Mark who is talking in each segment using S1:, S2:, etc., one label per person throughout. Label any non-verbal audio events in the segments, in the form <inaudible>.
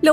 S1: Lo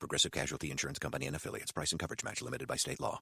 S2: Progressive Casualty Insurance Company and affiliates. Price and coverage match limited by state law.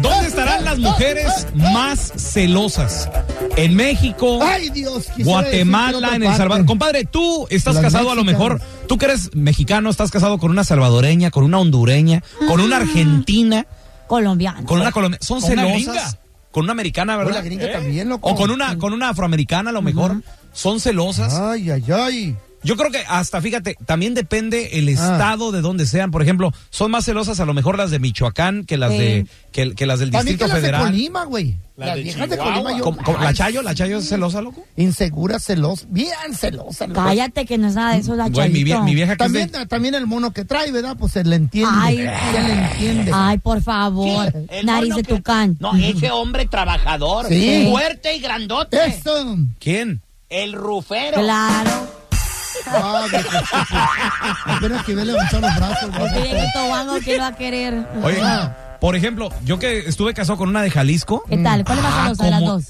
S3: ¿Dónde estarán las mujeres más celosas? En México,
S4: Ay, Dios, quisiera decir que
S3: Guatemala,
S4: otra
S3: en El Salvador.
S4: parte.
S3: Compadre, tú estás
S4: Las
S3: casado a lo mejor,
S4: mexicanas.
S3: tú que eres mexicano, estás casado con una salvadoreña, con una hondureña, con una argentina,
S5: colombiano.
S3: con una colombiana. Son
S4: Ah. Con una
S3: celosas.
S4: gringa.
S3: Con una americana,
S4: Oye,
S3: ¿verdad? Eh.
S4: la gringa también, loco.
S3: O con una, con una afroamericana, a lo mejor. Son celosas.
S4: Ay, ay, ay.
S3: Yo creo que hasta, fíjate, también depende
S4: Ah.
S3: el estado de donde sean. Por ejemplo, son más celosas a lo mejor las de Michoacán que las
S5: Sí.
S3: de que, que las del
S4: Para mí que
S3: Distrito
S4: las de
S3: Federal.
S4: Colima, güey. Las viejas de Colima yo.
S3: ¿Cómo- cómo- ¿La
S4: Ay,
S3: Chayo? ¿La Chayo es celosa, loco?
S4: Insegura, celosa. Bien celosa. loco.
S5: Cállate que no es nada de eso, la
S3: Güey, mi, vie-
S5: Chayito.
S3: mi vieja que es de-
S4: También, también el mono que trae, ¿verdad? Pues se le entiende.
S5: Ay.
S4: Se le entiende.
S5: Ay, por favor. Nariz de tucán.
S6: No, ese hombre trabajador,
S4: Sí.
S6: fuerte y grandote,
S4: Eso.
S3: ¿Quién?
S6: el rufero.
S5: Claro.
S4: Ah, viejo estúpido. pues. Apenas que ve levantar los brazos. güey.
S5: Porque viejito guango que lo va a querer.
S3: Oye,
S4: Ah.
S3: por ejemplo, yo que estuve casado con una de Jalisco. Ah,
S5: ¿Qué tal? ¿Cuál es más celosa de las
S3: como
S5: dos?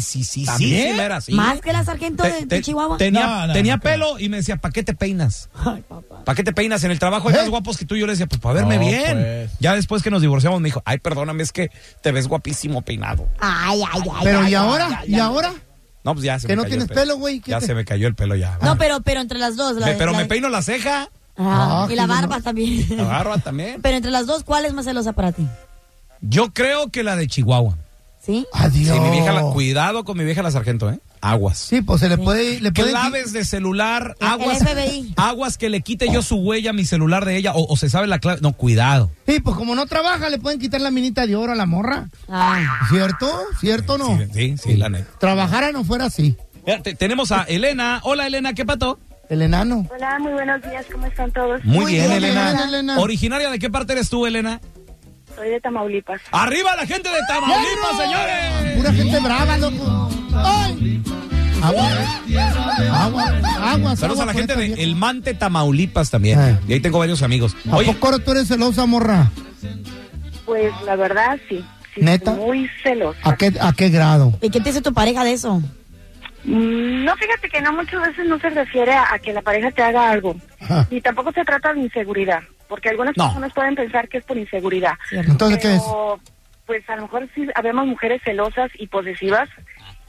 S3: Celosisisisísima era así.
S5: Más que la sargento
S3: Te-
S5: de,
S3: te-
S5: de Chihuahua.
S3: Tenía,
S4: No, no,
S3: tenía
S4: no
S3: pelo y me decía, ¿para qué te peinas?
S5: Ay, papá.
S3: ¿Para qué te peinas en el trabajo? Hay más
S4: ¿Eh?
S3: guapos que tú. Yo le decía, pues para verme bien. Ya después que nos divorciamos me dijo, ay, perdóname, es que te ves guapísimo peinado.
S5: Ay, ay, ay.
S4: Pero
S5: ay,
S4: ¿y
S5: ay.
S4: ahora? ¿Y ahora?
S3: No, pues ya se
S4: ¿Que
S3: me
S4: no
S3: cayó el
S4: tienes pelo, güey? ¿Qué
S3: Ya
S4: te-
S3: se me cayó el pelo ya. Ah.
S5: No, pero, pero entre las dos. La,
S3: Me- pero
S5: la-
S3: me peino la ceja,
S4: Ah,
S5: Ah, y la
S4: que yo
S5: barba
S4: no-
S5: también.
S3: la barba también.
S5: Pero entre las dos, ¿cuál es más celosa para ti?
S3: Yo creo que la de Chihuahua.
S5: ¿Sí?
S4: Adiós.
S3: Sí, mi vieja la- cuidado con mi vieja la sargento, ¿eh? Aguas.
S4: Sí, pues se le puede. Le puede
S3: Claves de celular,
S5: El- el
S3: aguas,
S5: FBI.
S3: aguas que le quite yo su huella a mi celular de ella o, o se sabe la clave. No, cuidado.
S4: Sí, pues como no trabaja, le pueden quitar la minita de oro a la morra.
S5: Ay.
S4: ¿Cierto? ¿Cierto o no?
S3: Sí, sí, sí, la neta.
S4: Trabajara no fuera así.
S3: Mira, te- tenemos a Elena. Hola, Elena, ¿qué pato?
S4: El enano.
S7: Hola, muy buenos días, ¿cómo están todos?
S3: Muy, bien,
S4: bien,
S3: Elena.
S4: Elena.
S3: ¿Originaria de qué parte eres tú, Elena?
S7: Soy de Tamaulipas.
S3: ¡Arriba la gente de Tamaulipas, señores!
S4: Pura gente brava, loco. ¡Ay! Agua. Agua. Aguas.
S3: Saludos a
S4: agua
S3: la
S4: con
S3: gente
S4: esta
S3: de
S4: vieja.
S3: El Mante, Tamaulipas también.
S4: Eh.
S3: Y ahí tengo varios amigos.
S4: ¿A
S3: Oye,
S4: poco ahora tú eres celosa, morra?
S7: Pues la verdad, sí. sí
S4: ¿Neta?
S7: Muy celosa.
S4: ¿A qué, ¿A qué grado?
S5: ¿Y qué te dice tu pareja de eso?
S7: Mm, No, fíjate que no, muchas veces no se refiere a, a que la pareja te haga algo.
S4: Ajá.
S7: Y tampoco se trata de inseguridad, porque algunas
S3: No.
S7: personas pueden pensar que es por inseguridad.
S4: Entonces, ¿qué es?
S7: Pero, Pues a lo mejor sí, habemos mujeres celosas y posesivas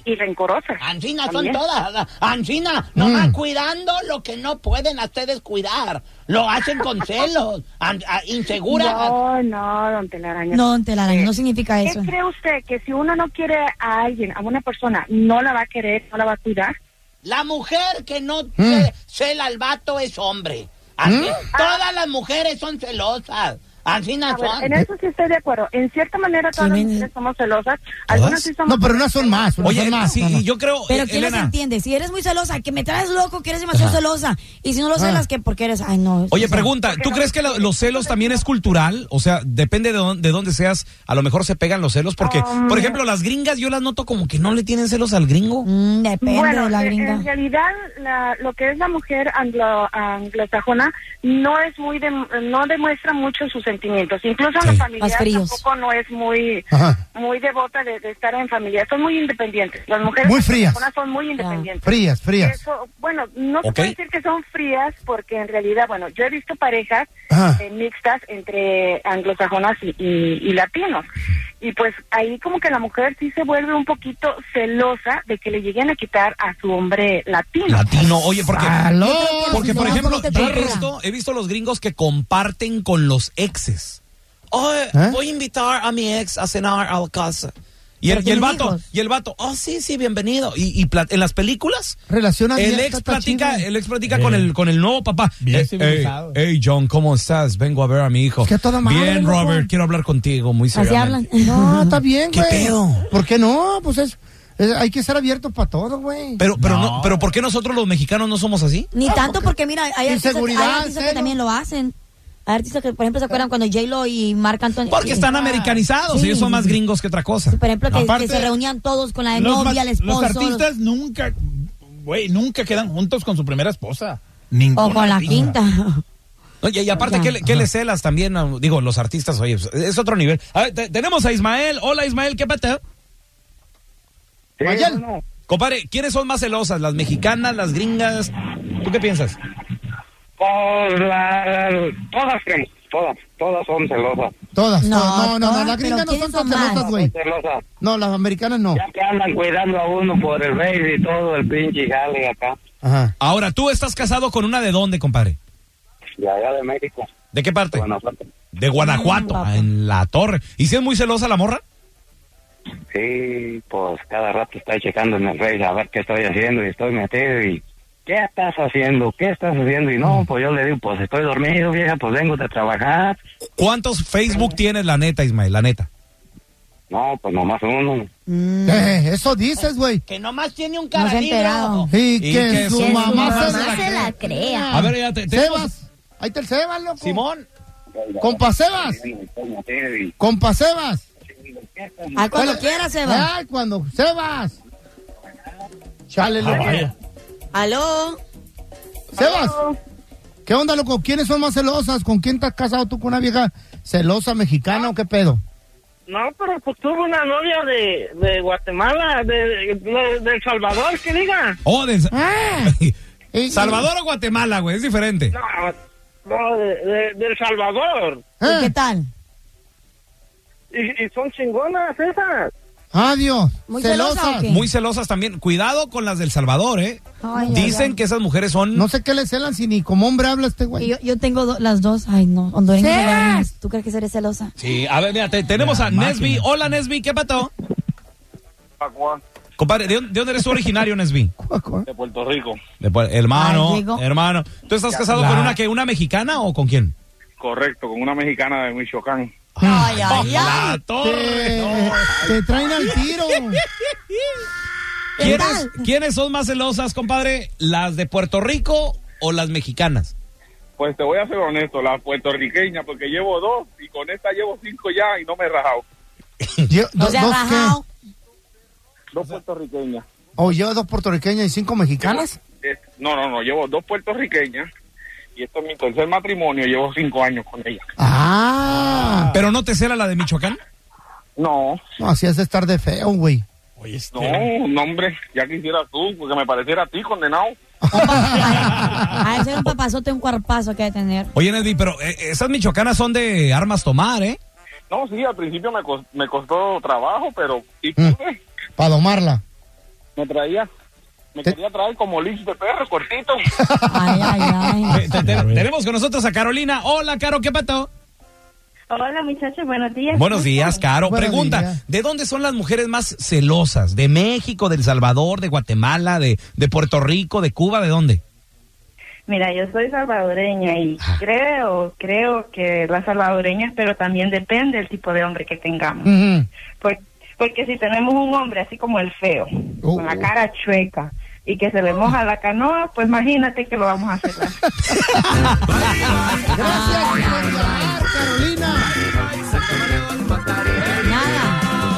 S7: y rencorosas.
S3: Ah,
S6: Ancina son
S7: También.
S6: todas. Ancina,
S3: Mm.
S6: nomás cuidando lo que no pueden ustedes cuidar. Lo hacen con celos, an- a- inseguras.
S7: No, no, don Telaraño.
S5: No, don Telaraño, no significa
S7: ¿Qué
S5: eso.
S7: cree usted? ¿Que si uno no quiere a alguien, a una persona, no la va a querer, no la va a cuidar?
S6: La mujer que no
S4: Mm.
S6: ce- cela al vato es hombre. Así, Todas las mujeres son celosas. Ancina
S7: A ver,
S6: son.
S7: en este eso sí estoy de acuerdo. En cierta manera todas las
S5: Sí,
S7: mujeres somos celosas. Algunas sí somos...
S4: No, pero unas son más. unas
S3: Oye,
S4: son más.
S3: sí,
S4: No, no.
S3: y yo creo,
S5: Pero
S3: eh,
S5: ¿quién las
S3: Elena.
S5: entiende? Si eres muy celosa, que me traes loco, que eres demasiado celosa. Y si no lo celas, que porque eres. Ay, no.
S3: Oye,
S5: o sea,
S3: pregunta, ¿tú crees que lo- los celos también es cultural? O sea, depende de, dónde- de dónde seas, a lo mejor se pegan los celos, porque, por ejemplo, las gringas yo las noto como que no le tienen celos al gringo.
S5: mm, depende
S7: Bueno,
S5: de la
S7: en-
S5: gringa.
S7: en realidad la- lo que es la mujer anglo- anglosajona no es muy de- no demuestra mucho sus sentimientos. Incluso en
S3: Sí.
S7: la familia
S5: Más fríos.
S7: tampoco no es muy
S4: Ajá.
S7: muy devota de, de estar en familia. Son muy independientes. Las mujeres
S4: Muy frías.
S7: anglosajonas son muy independientes.
S4: Frías, frías.
S7: Eso, bueno, no se
S3: Ok.
S7: puede decir que son frías porque en realidad, bueno, yo he visto parejas
S4: Ajá.
S7: eh, mixtas entre anglosajonas y, y- y latinos. Y pues ahí como que la mujer sí se vuelve un poquito celosa de que le lleguen a quitar a su hombre latino.
S3: Latino, oye, porque...
S4: ¡Aló!
S3: Porque, por
S5: No,
S3: ejemplo,
S5: porque te
S3: yo he
S5: corra.
S3: visto, he visto los gringos que comparten con los exes. Oye,
S4: ¿Eh?
S3: voy a invitar a mi ex a cenar a la casa. Y
S5: Pero
S3: el, y el
S5: tienen
S3: vato,
S5: hijos.
S3: y el vato, oh, sí, sí, bienvenido. Y, y pla- en las películas,
S4: Relacionas
S3: el
S4: bien,
S3: ex,
S4: está
S3: platica,
S4: chido.
S3: el ex platica con, el, con el nuevo papá.
S8: Bien
S3: Eh,
S8: civilizado.
S3: hey, hey, John, ¿cómo estás? Vengo a ver a mi hijo.
S4: Es que a toda madre,
S3: bien,
S4: loco.
S3: Robert, quiero hablar contigo, muy
S5: Así hablan.
S3: seriamente.
S4: No, está bien,
S3: ¿Qué
S4: güey.
S3: pedo?
S4: ¿Por qué no? Pues es, es- hay que ser abiertos para todo, güey.
S3: Pero, pero, no.
S8: No.
S3: pero ¿por qué nosotros los mexicanos no somos así?
S5: Ni tanto porque, mira, hay artistas, hay
S4: Inseguridad,
S5: artistas que
S4: celo.
S5: también lo hacen. Hay artistas que, por ejemplo, ¿se acuerdan cuando J-Lo y Marc Anthony? Ah,
S3: Porque están americanizados,
S5: Sí,
S3: ellos son
S5: sí,
S3: más
S5: sí.
S3: gringos que otra cosa.
S5: Por ejemplo, que,
S8: Aparte,
S5: que se reunían todos con la de
S8: Los ma-
S5: novia, el esposo.
S8: Los artistas nunca, güey, nunca quedan juntos con su primera esposa. Ninguna
S5: O con la
S8: artista.
S5: quinta. <laughs>
S3: Oye, y aparte,
S5: Ya.
S3: ¿qué, le- qué le celas también? a- Digo, los artistas, oye, pues, es otro nivel. A ver, te- tenemos a Ismael. Hola, Ismael, ¿qué pasa?
S4: Mayel,
S3: Compadre, ¿quiénes son más celosas? ¿Las mexicanas, las gringas? ¿Tú qué piensas?
S9: Pues la, todas, cremos, todas, todas son celosas.
S4: todas.
S5: No,
S4: todas. No, no, no,
S5: todas,
S4: las gringas
S5: pero
S4: no son
S5: ¿quiénes
S4: tan
S5: son más?
S4: celosas, güey.
S9: Celosas.
S4: No, las americanas no.
S9: Ya que andan cuidando a uno por el rey y todo el pinche jale acá,
S4: Ajá.
S3: Ahora, ¿tú estás casado con una de dónde, compadre?
S9: de allá de México.
S3: ¿De qué parte?
S9: Bueno, aparte,
S3: De Guanajuato,
S5: Mm, papá.
S3: en la torre. ¿Y si es muy celosa la morra?
S9: sí, pues cada rato estoy checando en el rey a ver qué estoy haciendo y estoy metido y... ¿Qué estás haciendo? ¿Qué estás haciendo? Y no, pues yo le digo, pues estoy dormido, vieja, pues vengo de trabajar.
S3: ¿Cuántos Facebook tienes, la neta, Ismael? La neta.
S9: No, pues nomás uno.
S5: Mm.
S4: Eh, eso dices, güey.
S6: Que nomás tiene un
S5: No se ha
S6: caralibro.
S5: enterado.
S4: Y,
S3: Y
S4: que,
S3: que
S4: su,
S3: su
S4: mamá,
S3: mamá
S4: se, la...
S5: crea.
S3: A ver, ya te, tenemos-
S4: Sebas. Ahí está el Sebas, loco.
S3: Simón.
S4: Compa Sebas.
S9: Estoy metido y...
S4: Compa Sebas.
S5: Ah, cuando
S4: Oye,
S5: quieras, Eva.
S4: Ay, cuando Sebas. Chale,
S8: Ah,
S4: loco.
S8: vaya.
S5: Aló.
S4: Sebas. ¿Qué onda, loco? ¿Quiénes son más celosas? ¿Con quién estás casado tú con una vieja celosa mexicana o qué pedo?
S7: No, pero pues tuve una novia de, de Guatemala, de, de, de El Salvador, que diga.
S3: Oh, de-
S5: Ah.
S4: Y-
S3: <laughs> ¿Salvador o Guatemala, güey? Es diferente.
S9: Ah,
S7: No, no, de, de- de El Salvador.
S5: ¿Y qué
S4: ¿Eh?
S5: tal?
S7: Y, y son chingonas esas.
S4: Adiós.
S5: ¿Muy celosa
S4: celosas.
S5: o qué?
S3: Muy celosas también. Cuidado con las del Salvador, ¿eh?
S5: Ay, ay,
S3: Dicen
S5: ay.
S3: que esas mujeres son...
S4: No sé qué le celan si ni como hombre habla este güey.
S5: Y Yo, yo tengo do- las dos. Ay, no. hondureños y hondureñas. ¿Tú crees que eres celosa?
S3: Sí, a ver, mira, te- tenemos a Nesby. Hola, Nesby, ¿qué pato? Compadre, ¿de, dónde- de dónde eres tú originario, Nesby?
S9: De Puerto Rico,
S3: De Pue- hermano,
S5: Ay, llegó.
S3: hermano. ¿Tú estás casado con una que una mexicana o con quién?
S9: correcto, con una mexicana de Michoacán.
S5: Ay, ay,
S3: La
S5: ay.
S3: torre.
S4: <laughs> Te, te traen al
S5: <laughs>
S4: tiro.
S3: ¿Quiénes, ¿Quiénes son más celosas, compadre? ¿Las de Puerto Rico o las mexicanas?
S9: Pues te voy a ser honesto, la puertorriqueña, porque llevo dos y con esta llevo cinco ya y no me he rajado.
S4: Yo-
S5: No
S4: do-
S5: se ha
S4: dos
S5: rajado.
S4: qué?
S9: Dos puertorriqueñas.
S4: O yo dos puertorriqueñas y cinco mexicanas.
S9: Es- No, no, no, llevo dos puertorriqueñas y esto es mi tercer matrimonio, llevo cinco años con ella.
S4: Ah.
S3: ¿Pero no te cela la de Michoacán?
S9: No,
S4: No, así es de estar de feo,
S5: <laughs>
S4: güey.
S8: Oye, este-
S9: no, no, hombre, ya quisiera tú, porque me pareciera a ti condenado.
S5: A Ah, ese era un papazote, un cuerpazo que hay que tener.
S3: Oye, Nesby, pero eh, esas michoacanas son de armas tomar, ¿eh?
S9: Mm. No, sí, al principio me, cos- me costó trabajo, pero sí pude.
S4: Para domarla.
S10: me traía, me quería traer como leash de perro cortito.
S3: Eh, te- te- tenemos con nosotros a Carolina. Hola, Caro, ¿qué pato?
S11: Hola muchachos, buenos días.
S3: Buenos días, Caro.
S11: Buenos
S3: Pregunta,
S11: días.
S3: ¿de dónde son las mujeres más celosas? ¿De México, de El Salvador, de Guatemala, de, de Puerto Rico, de Cuba? ¿De dónde?
S11: Mira, yo soy salvadoreña y
S4: Ah.
S11: creo, creo que las salvadoreñas, pero también depende del tipo de hombre que tengamos. Por- porque si tenemos un hombre así como el feo,
S4: Uh, Oh,
S11: con la cara chueca y que se le moja la canoa, pues imagínate que lo vamos a hacer.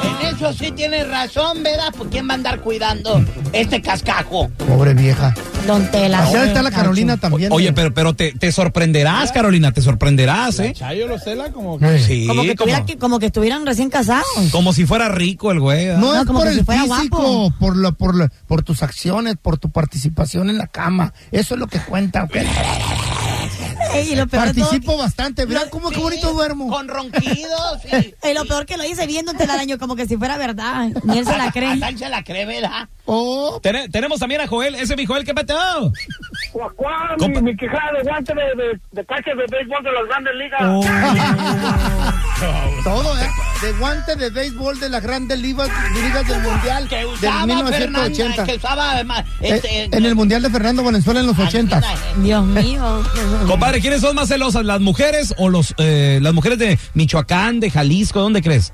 S6: En <laughs> eso sí tienes razón, ¿verdad? Pues quién va a andar cuidando este cascajo.
S4: Pobre vieja.
S5: Don Tela.
S4: Allá está la Carolina también. eh.
S3: Oye, pero, pero te, te
S6: ¿Eh?
S3: sorprenderás, Carolina, te sorprenderás, ¿eh?
S8: Chayo lo cela como
S3: que- Sí,
S5: como, que tuviera
S3: como-
S5: que- como que estuvieran recién casados.
S3: Como si fuera rico el güey. ¿eh?
S4: No, es
S5: como
S4: por
S5: que si
S4: el
S5: fuera
S4: físico,
S5: guapo.
S4: por, la, por, la- por tus acciones, por tu participación en la cama. Eso es lo que cuenta. ¿ok?
S5: Ey, y lo peor de todo
S4: Participo bastante. Mira cómo qué bonito duermo.
S6: Con ronquidos.
S5: Y lo peor que lo dice viendo un telaraño como que si fuera verdad. Ni él se la cree.
S6: Hasta él se la cree, ¿verdad?
S4: Oh,
S3: Tene- tenemos también a Joel. Ese mi Joel, ¿qué pateó?
S10: Cuacuá,
S3: Compa-
S10: mi, mi quijada de guante de, de, de tache de béisbol de las grandes ligas.
S3: Oh.
S4: pues, Todo, ¿eh? De guante de béisbol de las grandes ligas, ligas del Mundial
S6: Que
S4: del
S6: usaba
S4: 1980.
S6: Fernanda, que usaba además. Este,
S4: Eh, en el Mundial de Fernando Valenzuela en los 80.
S5: Dios mío.
S3: Compadre, ¿quiénes son más celosas, las mujeres o los eh, las mujeres de Michoacán, de Jalisco? ¿Dónde crees?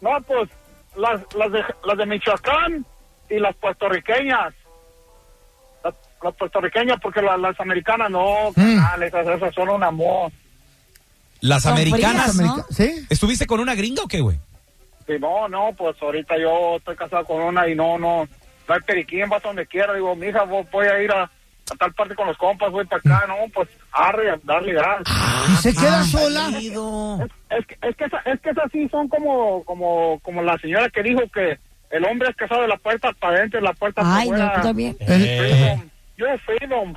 S10: No, pues las, las, de, las de Michoacán y las puertorriqueñas. Las, las puertorriqueñas, porque la- las, americanas no, carnal, esas, esas son un amor.
S3: Las
S10: Son
S3: americanas.
S10: frías, ¿no?
S4: Mm. ¿Sí?
S3: ¿Estuviste con una gringa o qué, güey?
S10: Y no, no, pues ahorita yo estoy casado con una y no, no, no hay periquín, vas donde quiera. Digo, mija, vos voy a ir a, a tal parte con los compas, voy para acá, no, pues arre, a darle gas.
S4: ¿Y Ah, se queda sola?
S10: Es, es que, es, que esa- es que esas sí son como, como, como la señora que dijo que el hombre es casado de la puerta para adentro y la puerta para
S5: Ay, no,
S10: afuera.
S5: tú también.
S3: Eh.
S10: Yo freedom.
S3: O-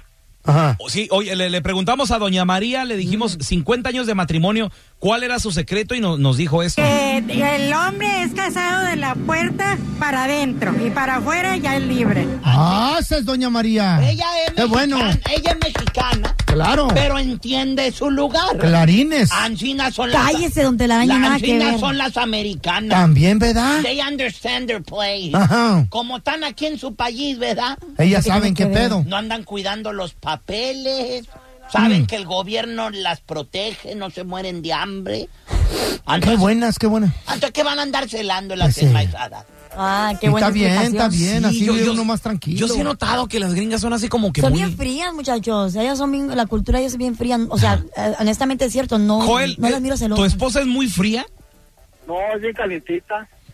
S3: Oh, Sí, oye, le, le preguntamos a doña María, le dijimos
S6: Mm.
S3: 50 años de matrimonio, ¿cuál era su secreto? Y no- nos dijo esto.
S12: Que Eh, el hombre es casado de la puerta para adentro y para afuera ya es libre.
S4: Ah, esa es Doña María.
S6: Ella es
S4: Qué
S6: mexicana,
S4: bueno.
S6: ella es mexicana.
S4: Claro.
S6: Pero Ah, entiende su lugar.
S4: Clarines.
S6: Ancinas son las...
S5: Cállese, don Telaraño,
S6: las
S5: nada que
S6: ancinas
S5: ver.
S6: son las americanas.
S4: También, ¿verdad?
S6: They understand their place.
S5: Ah.
S4: Ajá.
S6: Como están aquí en su país, ¿verdad?
S4: Ellas ¿Qué saben tiene qué que ver? pedo.
S6: No andan cuidando los papeles. Saben
S4: Mm.
S6: que el gobierno las protege, no se mueren de hambre.
S4: Qué buenas, qué buenas.
S6: Entonces, ¿qué van a andar celando las
S4: Pues sí.
S6: enmaizadas?
S5: Ah,
S4: qué buena Está bien, explicación. está bien, así vive uno más tranquilo.
S3: Yo sí he notado que las gringas son así como que
S5: son
S3: muy...
S5: bien frías, muchachos. Ellas son bien, la cultura de ellas es bien fría. O sea, eh, honestamente es cierto, no,
S3: Joel,
S5: no las
S3: eh,
S5: miro
S3: ¿tu
S5: celosas.
S3: esposa es muy fría?
S10: No, es bien calientita.
S6: Ah.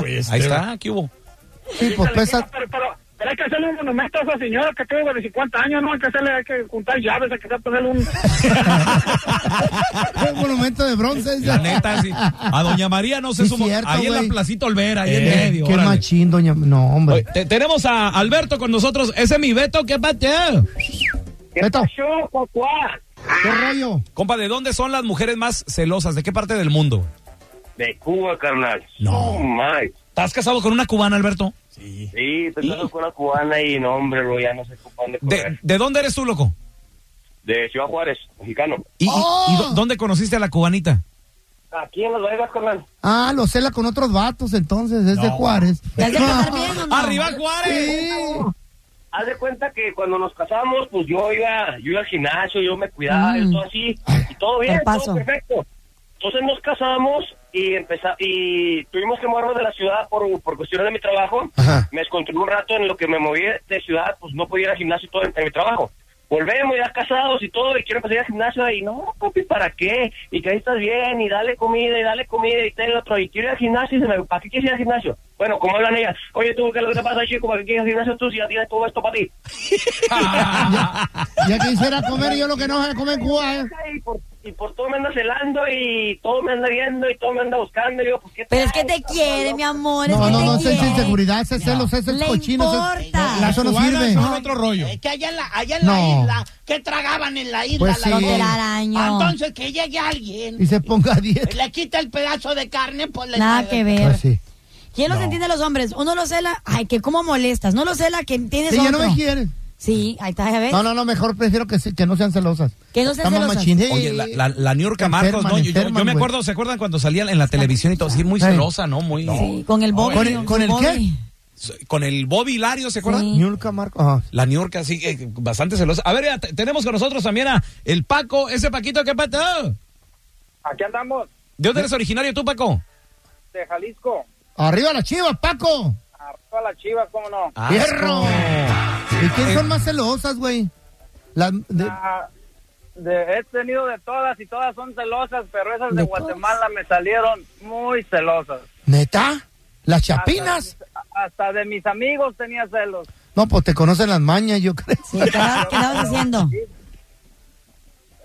S3: Ahí está, este ¿qué hubo?
S4: Sí,
S10: pues Pero, pero, pero hay que hacerle un monumento a esa señora que tuvo de 50 años, ¿no? Hay que hacerle, hay que juntar llaves, hay que hacerle un...
S5: <laughs>
S4: Un monumento de bronce.
S3: La neta, sí. A doña María no sé
S4: Sí,
S3: su mo-
S4: cierto,
S3: Ahí en
S4: güey.
S3: la placita Olvera, ahí en
S4: Eh,
S3: medio.
S4: Qué
S3: órale.
S4: machín, Doña. No, hombre.
S3: Te- tenemos a Alberto con nosotros. Ese es mi Beto, ¿qué pateo?
S4: Beto.
S3: ¿Qué
S4: rollo?
S3: Compa, ¿de dónde son las mujeres más celosas? ¿De qué parte del mundo?
S9: De Cuba, carnal.
S3: No.
S9: Oh, my.
S3: ¿Estás casado con una cubana, Alberto?
S9: Sí, estoy casado con una cubana y no, hombre, lo ya no sé cómo dónde
S3: ¿De,
S9: correr.
S3: de dónde eres tú, loco?
S9: De Ciudad Juárez, mexicano.
S3: ¿Y, y-
S4: Oh.
S3: y dó- dónde conociste a la cubanita?
S9: Aquí en Las Vegas, carnal.
S4: Ah, lo cela con otros vatos, entonces. Es de Juárez. <laughs>
S3: ¡Arriba <laughs> Juárez!
S9: Haz de cuenta que cuando nos casamos, pues yo iba, yo iba al gimnasio, yo me cuidaba,
S5: Mm.
S9: y todo así, y todo bien,
S5: Al paso.
S9: todo perfecto. Entonces nos casamos y empezamos, y tuvimos que movernos de la ciudad por, por cuestiones de mi trabajo. Me descontrolé un rato en lo que me moví de ciudad, pues no podía ir al gimnasio y todo en, en mi trabajo. Volvemos ya casados y todo, y quiero empezar a ir al gimnasio, y no, papi, ¿para qué? Y que ahí estás bien, y dale comida, y dale comida, y tal, y otro, y quiero ir al gimnasio, y se me, ¿para qué quieres ir al gimnasio? Bueno, como hablan ellas, oye, tú, ¿qué es lo que te pasa, chico? ¿Para qué quieres ir al gimnasio tú si ya tienes todo esto para ti?
S4: Ya quisiera comer yo lo que no se come en Cuba, ¿eh?
S9: Y por, y por todo me anda celando y todo me anda viendo y todo me anda buscando. Y yo, pues, ¿qué
S5: Pero es que te quiere, mi amor. es
S4: No,
S5: que
S4: no,
S5: te
S4: no, esa es
S5: quiere.
S4: inseguridad, ese es celos, ese es
S5: Le
S4: cochino. ese es-
S5: importa.
S4: Eso no sirve.
S3: rollo.
S6: Es que allá en la, allá en
S4: No.
S6: la isla, ¿qué tragaban en la isla?
S4: Pues
S6: las
S4: sí.
S6: mujeres?
S5: Telaraño.
S6: Entonces, que llegue alguien,
S4: Y se ponga a dieta. Ah,
S6: le quita el pedazo de carne, pues le
S5: Nada que ver.
S4: sí.
S5: ¿Quién los entiende a los hombres? Uno los cela, ay, que cómo molestas. No los cela, que tienes
S4: Sí, ya no
S5: otro.
S4: me quiere.
S5: Sí, ahí está, ya ves.
S4: No, no, no, mejor prefiero que, se- que no sean celosas.
S5: Que no sean
S4: Estamos
S5: celosas.
S4: machín. Sí.
S3: Oye, la, la, la Niurka
S4: Enferman,
S3: Marcos, ¿no? Yo- yo- yo,
S4: enferman,
S3: me
S4: güey.
S3: acuerdo, ¿se acuerdan cuando salían en la televisión y todo? Sí, muy
S4: Sí.
S3: celosa, ¿no? Muy.
S5: Sí, con el Bobby.
S3: ¿Con el- con el qué?
S5: Bobby.
S3: Con el Bobby Hilario, ¿se acuerdan?
S4: Niurka Marcos. ajá.
S3: La Niurka, sí, eh, bastante celosa. A ver, ya te- tenemos con nosotros también a el Paco, ese Paquito, ¿qué pato?
S10: Aquí andamos,
S3: ¿De dónde eres originario tú, Paco?
S10: de Jalisco.
S4: Arriba las chivas, Paco.
S10: Todas las chivas, ¿cómo no?
S6: Ah,
S4: ¡Fierro! ¿Y
S3: Eh.
S4: quién son más celosas, güey? Las de-
S10: Ah, de- he tenido de todas y todas son celosas, pero esas de,
S4: ¿De todas?
S10: Guatemala me salieron muy celosas.
S4: ¿Neta? ¿Las chapinas?
S10: Hasta, hasta de mis amigos tenía celos.
S4: No, pues te conocen las mañas, yo creo.
S5: haciendo?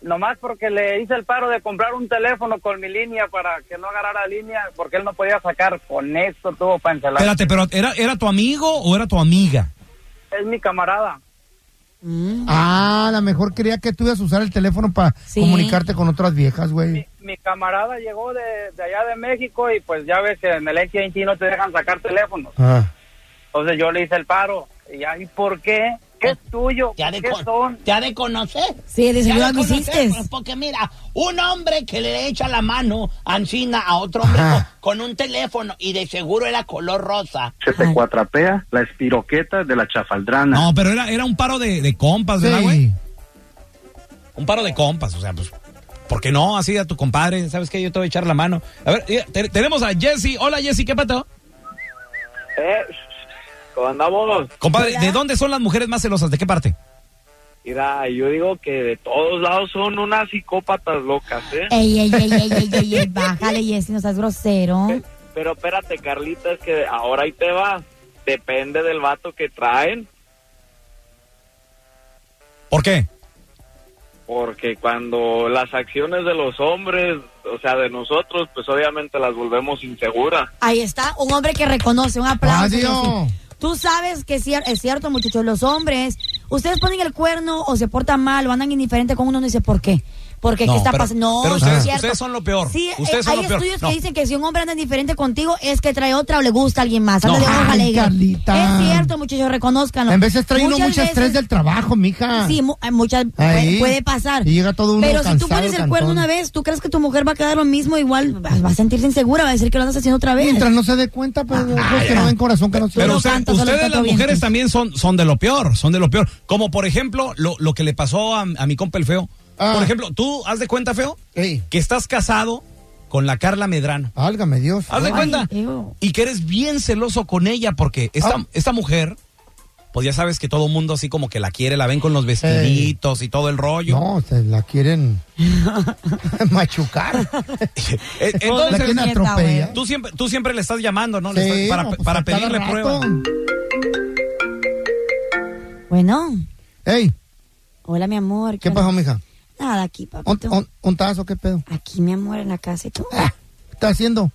S10: Nomás porque le hice el paro de comprar un teléfono con mi línea para que no agarrara línea, porque él no podía sacar. Con esto tuvo para encelar.
S3: Espérate, pero ¿era, ¿era tu amigo o era tu amiga?
S10: Es mi camarada.
S5: Mm.
S4: Ah, a lo mejor quería que tú ibas a usar el teléfono para comunicarte con otras viejas, güey.
S10: Mi camarada llegó de, de allá de México y pues ya ves que en el AT&T no te dejan sacar teléfonos.
S4: Ah.
S10: Entonces yo le hice el paro. ¿Y ahí por qué? ¿Qué es tuyo?
S6: ¿Te ha de,
S10: ¿Qué
S6: con-
S10: son?
S6: te ha de conocer?
S5: Sí,
S10: de
S6: Te ha
S10: seguro algo
S6: conocer,
S10: hiciste.
S6: pues, Porque mira, un hombre que le echa la mano ancina a otro hombre
S13: Ajá.
S6: con, con un teléfono y de seguro era color rosa.
S13: Se te cuatrapea la espiroqueta de la chafaldrana.
S3: No, pero era, era un paro de, de
S4: Ah.
S3: compas, ¿verdad, güey? Un paro de compas, o sea, pues, ¿por qué no? Así a tu compadre, ¿sabes qué? Yo te voy a echar la mano. A ver, ya, te- tenemos a Jesse. Hola, Jesse, ¿qué pato?
S14: Eh, ¿cómo andamos?
S3: Compadre, ¿de dónde son las mujeres más celosas? ¿De qué parte?
S14: Mira, yo digo que de todos lados son unas psicópatas locas, ¿eh?
S5: Ey, ey, ey, ey, ey, ey, ey, bájale, Jessy, no seas grosero.
S14: Pero espérate, Carlita, es que ahora ahí te va. Depende del vato que traen,
S3: ¿Por qué?
S14: porque cuando las acciones de los hombres, o sea, de nosotros, pues obviamente las volvemos inseguras.
S5: Ahí está, un hombre que reconoce, un aplauso.
S14: Adiós.
S5: Jessy. Tú sabes que es cier- es cierto, muchachos, los hombres, ustedes ponen el cuerno o se portan mal o andan indiferente con uno y no dice por qué. Porque
S3: No,
S5: qué está
S3: pero-
S5: pasando. No,
S3: pero
S5: no
S3: ustedes-
S5: es cierto.
S3: ustedes son lo peor.
S5: Sí, eh,
S3: Ustedes son
S5: hay
S3: lo peor.
S5: estudios
S3: No.
S5: que dicen que si un hombre anda indiferente contigo es que trae otra o le gusta a alguien más. Anda
S4: No.
S5: de ojo
S4: Ay,
S5: alegre.
S4: Carlita.
S5: Es cierto, muchachos, reconozcanlo.
S4: En veces trae uno mucho estrés
S5: veces-
S4: del trabajo, mija.
S5: Sí, mu- hay muchas
S4: Ahí.
S5: puede, puede pasar.
S4: Y llega todo uno
S5: Pero si tú
S4: cansado,
S5: pones el
S4: cansón.
S5: cuerno una vez, ¿tú crees que tu mujer va a quedar lo mismo? Igual va va a sentirse insegura, va a decir que lo andas haciendo otra vez.
S4: Mientras no se dé cuenta, pues ojos que no ven corazón que no se
S3: Pero
S4: ven.
S3: usted- ustedes, las mujeres, también son, son de lo peor, son de lo peor. Como por ejemplo, lo, lo que le pasó a, a mi compa el feo.
S4: Ah.
S3: Por ejemplo, tú haz de cuenta, feo, que estás casado con la Carla Medrano.
S4: Álgame Dios.
S3: Haz de
S4: Ay,
S3: cuenta.
S4: ew.
S3: Y que eres bien celoso con ella porque esta,
S4: Ah.
S3: esta mujer, pues ya sabes que todo mundo así como que la quiere, la ven con los vestiditos y todo el rollo.
S4: No, se la
S5: <laughs>
S4: quieren <laughs> machucar.
S3: <laughs>
S4: <laughs>
S3: Eh,
S4: La quieren atropellar.
S3: tú siempre, tú siempre le estás llamando, ¿no? Le
S4: Sí,
S3: estás- para
S4: no, pues,
S3: para
S4: a cada
S3: pedirle
S4: rato.
S3: pruebas.
S5: Bueno.
S4: Ey.
S5: Hola, mi amor.
S4: ¿Qué
S5: onda?
S4: pasó, mija?
S5: Nada, aquí, papá.
S4: ¿Un, un, un tazo qué pedo? Ah,
S5: Aquí, mi amor, en la casa y tú.
S4: ¿Qué estás haciendo?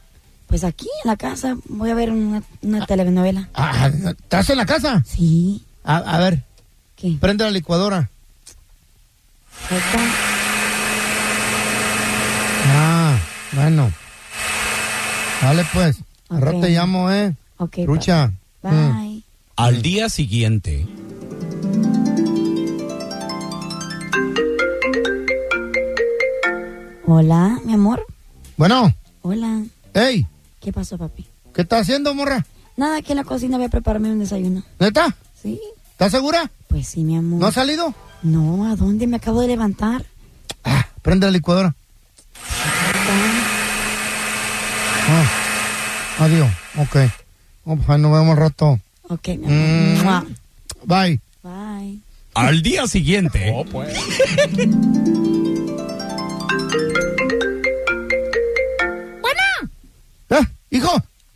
S5: Pues aquí, en la casa, voy a ver una, una telenovela.
S4: Ah, ¿Estás en la casa?
S5: Sí.
S4: A, a ver. Prende la licuadora.
S5: Ahí está.
S4: Ah, bueno. Dale, pues. Al rato
S5: Ok.
S4: te llamo, ¿eh? Mm.
S5: Ok.
S3: pues.
S4: Lucha.
S5: Bye.
S3: Al día siguiente.
S4: Mm.
S5: Hola, mi amor.
S4: Bueno.
S5: Hola.
S4: Ey.
S5: ¿Qué pasó, papi?
S4: ¿Qué estás haciendo, morra?
S5: Nada, aquí en la cocina voy a prepararme un desayuno.
S4: ¿Neta?
S5: Sí.
S4: ¿Estás segura?
S5: Pues sí, mi amor.
S4: ¿No has salido?
S5: No, ¿a dónde? Me acabo de levantar.
S4: Prende la licuadora. Ah, adiós. Ok. Oh, pues, ahí nos vemos al rato.
S5: Ok, mi
S4: Mm.
S5: amor.
S4: Bye.
S5: Bye.
S3: Al día siguiente.
S15: Bueno,
S4: ¿Eh? Hijo,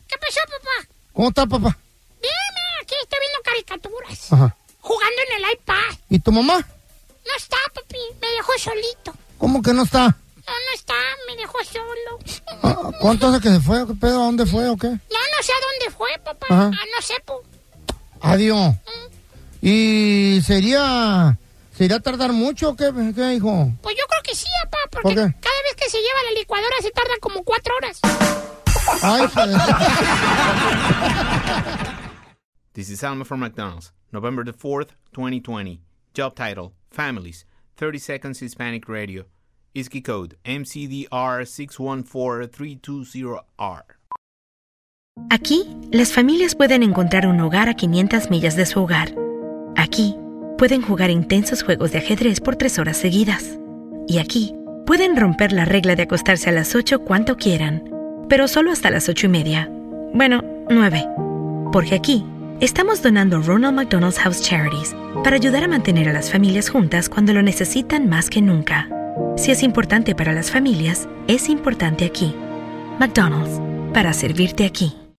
S15: ¿qué pasó, papá?
S4: ¿cómo estás, papá?
S15: Bien, Ah, mira, aquí estoy viendo caricaturas.
S4: Ajá.
S15: Jugando en el iPad.
S4: ¿Y tu mamá?
S15: No está, papi. Me dejó solito.
S4: ¿Cómo que no está?
S15: No, no está. Me dejó solo.
S4: Ah, ¿Cuánto hace que se fue? ¿Qué pedo? ¿A dónde fue o qué?
S15: No, no sé a dónde fue, papá.
S4: Ajá.
S15: Ah, no sé, po. Mm.
S4: Adiós. ¿Y sería... ¿Sería tardar mucho o qué, qué, hijo?
S15: Pues yo creo que sí, papá. Porque
S4: ¿Por qué?
S15: cada vez
S4: pues,
S15: que se lleva la licuadora se tarda como cuatro horas.
S4: Ay, hijo de-
S16: This is Alma from McDonald's, November the 4th, 2020. Job title Families, 30 Seconds Hispanic Radio. ISKI code MCDR614320R.
S17: Aquí, las familias pueden encontrar un hogar a 500 millas de su hogar. Aquí, pueden jugar intensos juegos de ajedrez por tres horas seguidas. Y aquí, pueden romper la regla de acostarse a las 8 cuanto quieran, pero solo hasta las 8 y media. Bueno, 9. Porque aquí, estamos donando Ronald McDonald's House Charities para ayudar a mantener a las familias juntas cuando lo necesitan más que nunca. Si es importante para las familias, es importante aquí. McDonald's, para servirte aquí.